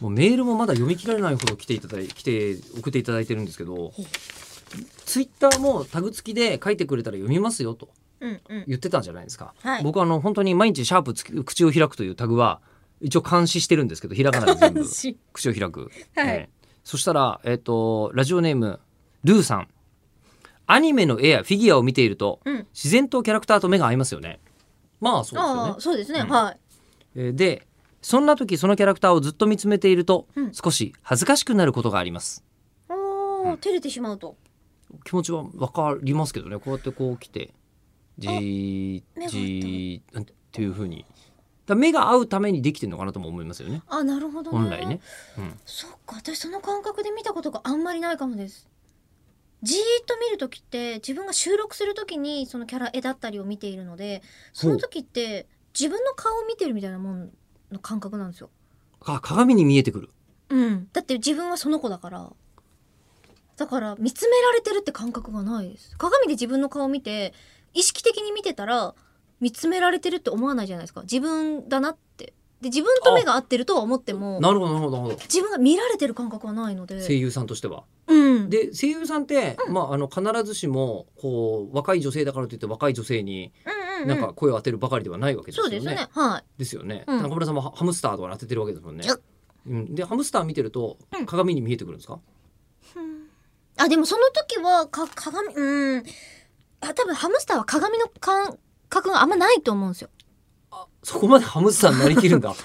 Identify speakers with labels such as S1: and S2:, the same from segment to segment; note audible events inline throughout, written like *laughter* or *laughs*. S1: もうメールもまだ読み切られないほど来ていただい来て送っていただいてるんですけどツイッターもタグ付きで書いてくれたら読みますよと
S2: うんうん。
S1: 言ってたじゃないですか、
S2: はい
S1: 僕はあの本当に毎日「シャープつき口を開く」というタグは一応監視してるんですけどひらがなで全
S2: *laughs*
S1: 部
S2: し
S1: 口を開く、
S2: はい
S1: ーそしたら、えっとラジオネームルーさんアニメの絵やフィギュアを見ていると、
S2: うん
S1: 自然とキャラクターと目が合いますよねまあそうですよね
S2: ああ、そうですね。
S1: うん
S2: はい。
S1: えーでそんな時そのキャラクターをずっと見つめていると、
S2: うん
S1: 少し恥ずかしくなることがあります
S2: おお、照れてしまうと。
S1: 気持ちはわかりますけどねこうやってこう来てじー
S2: 目が合った
S1: じーなんていう風にだ目が合うためにできてるのかなとも思いますよね
S2: あ、なるほどね。
S1: 本来ね、うん、
S2: そっか、私その感覚で見たことがあんまりないかもです。じーっと見るときって自分が収録するときにそのキャラ絵だったりを見ているのでその時って自分の顔を見てるみたいなもんの感覚なんですよ。
S1: か鏡に見えてくる
S2: うん、だって自分はその子だからだから見つめられてるって感覚がないです鏡で自分の顔見て意識的に見てたら見つめられてるって思わないじゃないですか自分だなってで自分と目が合ってるとは思っても
S1: なるほどなるほどなるほど
S2: 自分が見られてる感覚はないの
S1: 声
S2: で
S1: 優さんとしては
S2: うん
S1: で声優さんって、まあ、あの必ずしもこう若い女性だからといって若い女性に
S2: うんうんうん
S1: なんか声を当てるばかりではないわけです
S2: そ
S1: よね。
S2: うですよねは
S1: ですよね。
S2: うん
S1: 中村さんもハハムスターとか当ててるわけですもんね
S2: いや。
S1: うん、でハムスター見てると
S2: うん
S1: 鏡に見えてくるんですか、
S2: いうんあでもその時はか鏡うんあ多分ハムスターは鏡の感覚があんまないと思うんですよ
S1: そこまでハムスターになりきる
S2: *laughs*
S1: んだ
S2: ただ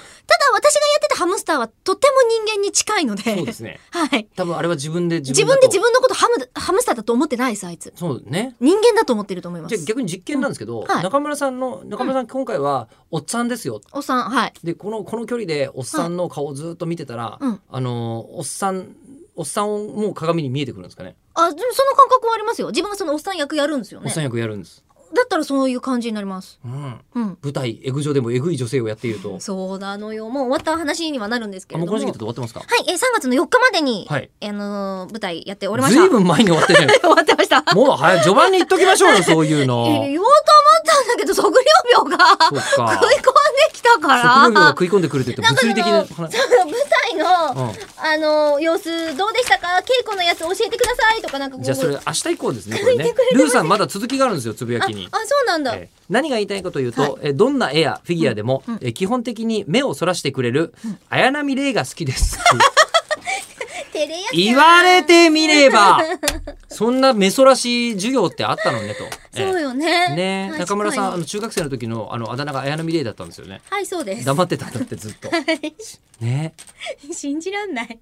S2: 私がやってたハムスターはとても人間に近いので
S1: そうですね
S2: はい。
S1: 多分あれは自分で自
S2: 自
S1: 分だ
S2: 分
S1: と
S2: で自分のことハムハムスターだと思ってないですあいつ
S1: そうね
S2: 人間だと思ってると思いま
S1: じゃあ
S2: す
S1: 逆に実験なんですけど、
S2: はい
S1: 中村さんの中村さん今回はおっさんですよ
S2: おっさんはい
S1: でこのこの距離でおっさんの顔をずっと見てたら、
S2: うん
S1: あのーおっさんおっさんをもう鏡に見えてくるんですかね
S2: あでもその感覚はありますよ自分がそのおっさん役やるんですよ
S1: おっ
S2: ね
S1: さん役やるんです、
S2: だったらそういう感じになります
S1: うん、
S2: うん
S1: 舞台エグ女でもエグい女性をやっていると
S2: そうなのよもう終わった話にはなるんですけ
S1: あ
S2: れ
S1: もう
S2: ども
S1: この時期だ
S2: は
S1: と終わってますか
S2: い、えー、3月の4日までに、
S1: はい
S2: あのー舞台やっておりまし
S1: ず
S2: た
S1: いぶん前に終わってるじゃない
S2: *laughs* 終わってました
S1: もう早い序盤に言っときましょうよそういう
S2: えー *laughs*
S1: の
S2: 言おうと思ったんだけど測量秒が
S1: そう
S2: *laughs* 食い
S1: か
S2: 込んできたから
S1: 職業が食い込んでくるって言って物理的
S2: な
S1: なん
S2: か
S1: 話
S2: その舞台の、
S1: うん
S2: あの様子どうでしたか稽古のやつ教えてくださいとかなんかこう
S1: じゃあそれ明日以降ですねこれねルーさんまだ続きがあるんですよつぶや
S2: ああ
S1: きに。
S2: そうなんだ、
S1: えー何が言いたいかというと、
S2: はい
S1: えーどんな絵やフィギュアでも、
S2: うんうん
S1: えー基本的に目をそらしてくれる、綾波レイが好きです
S2: 照れやすい
S1: 言われてみれ
S2: *laughs*
S1: ばそんな目そらし授業ってあったのねと、えー
S2: そうよね
S1: ね
S2: はい
S1: 中村さんあ
S2: はい
S1: の中学生の時のあのあだ名が綾波レイだったんですよね
S2: はいそうです
S1: 黙ってたんだってずっとね
S2: *laughs* 信じらんない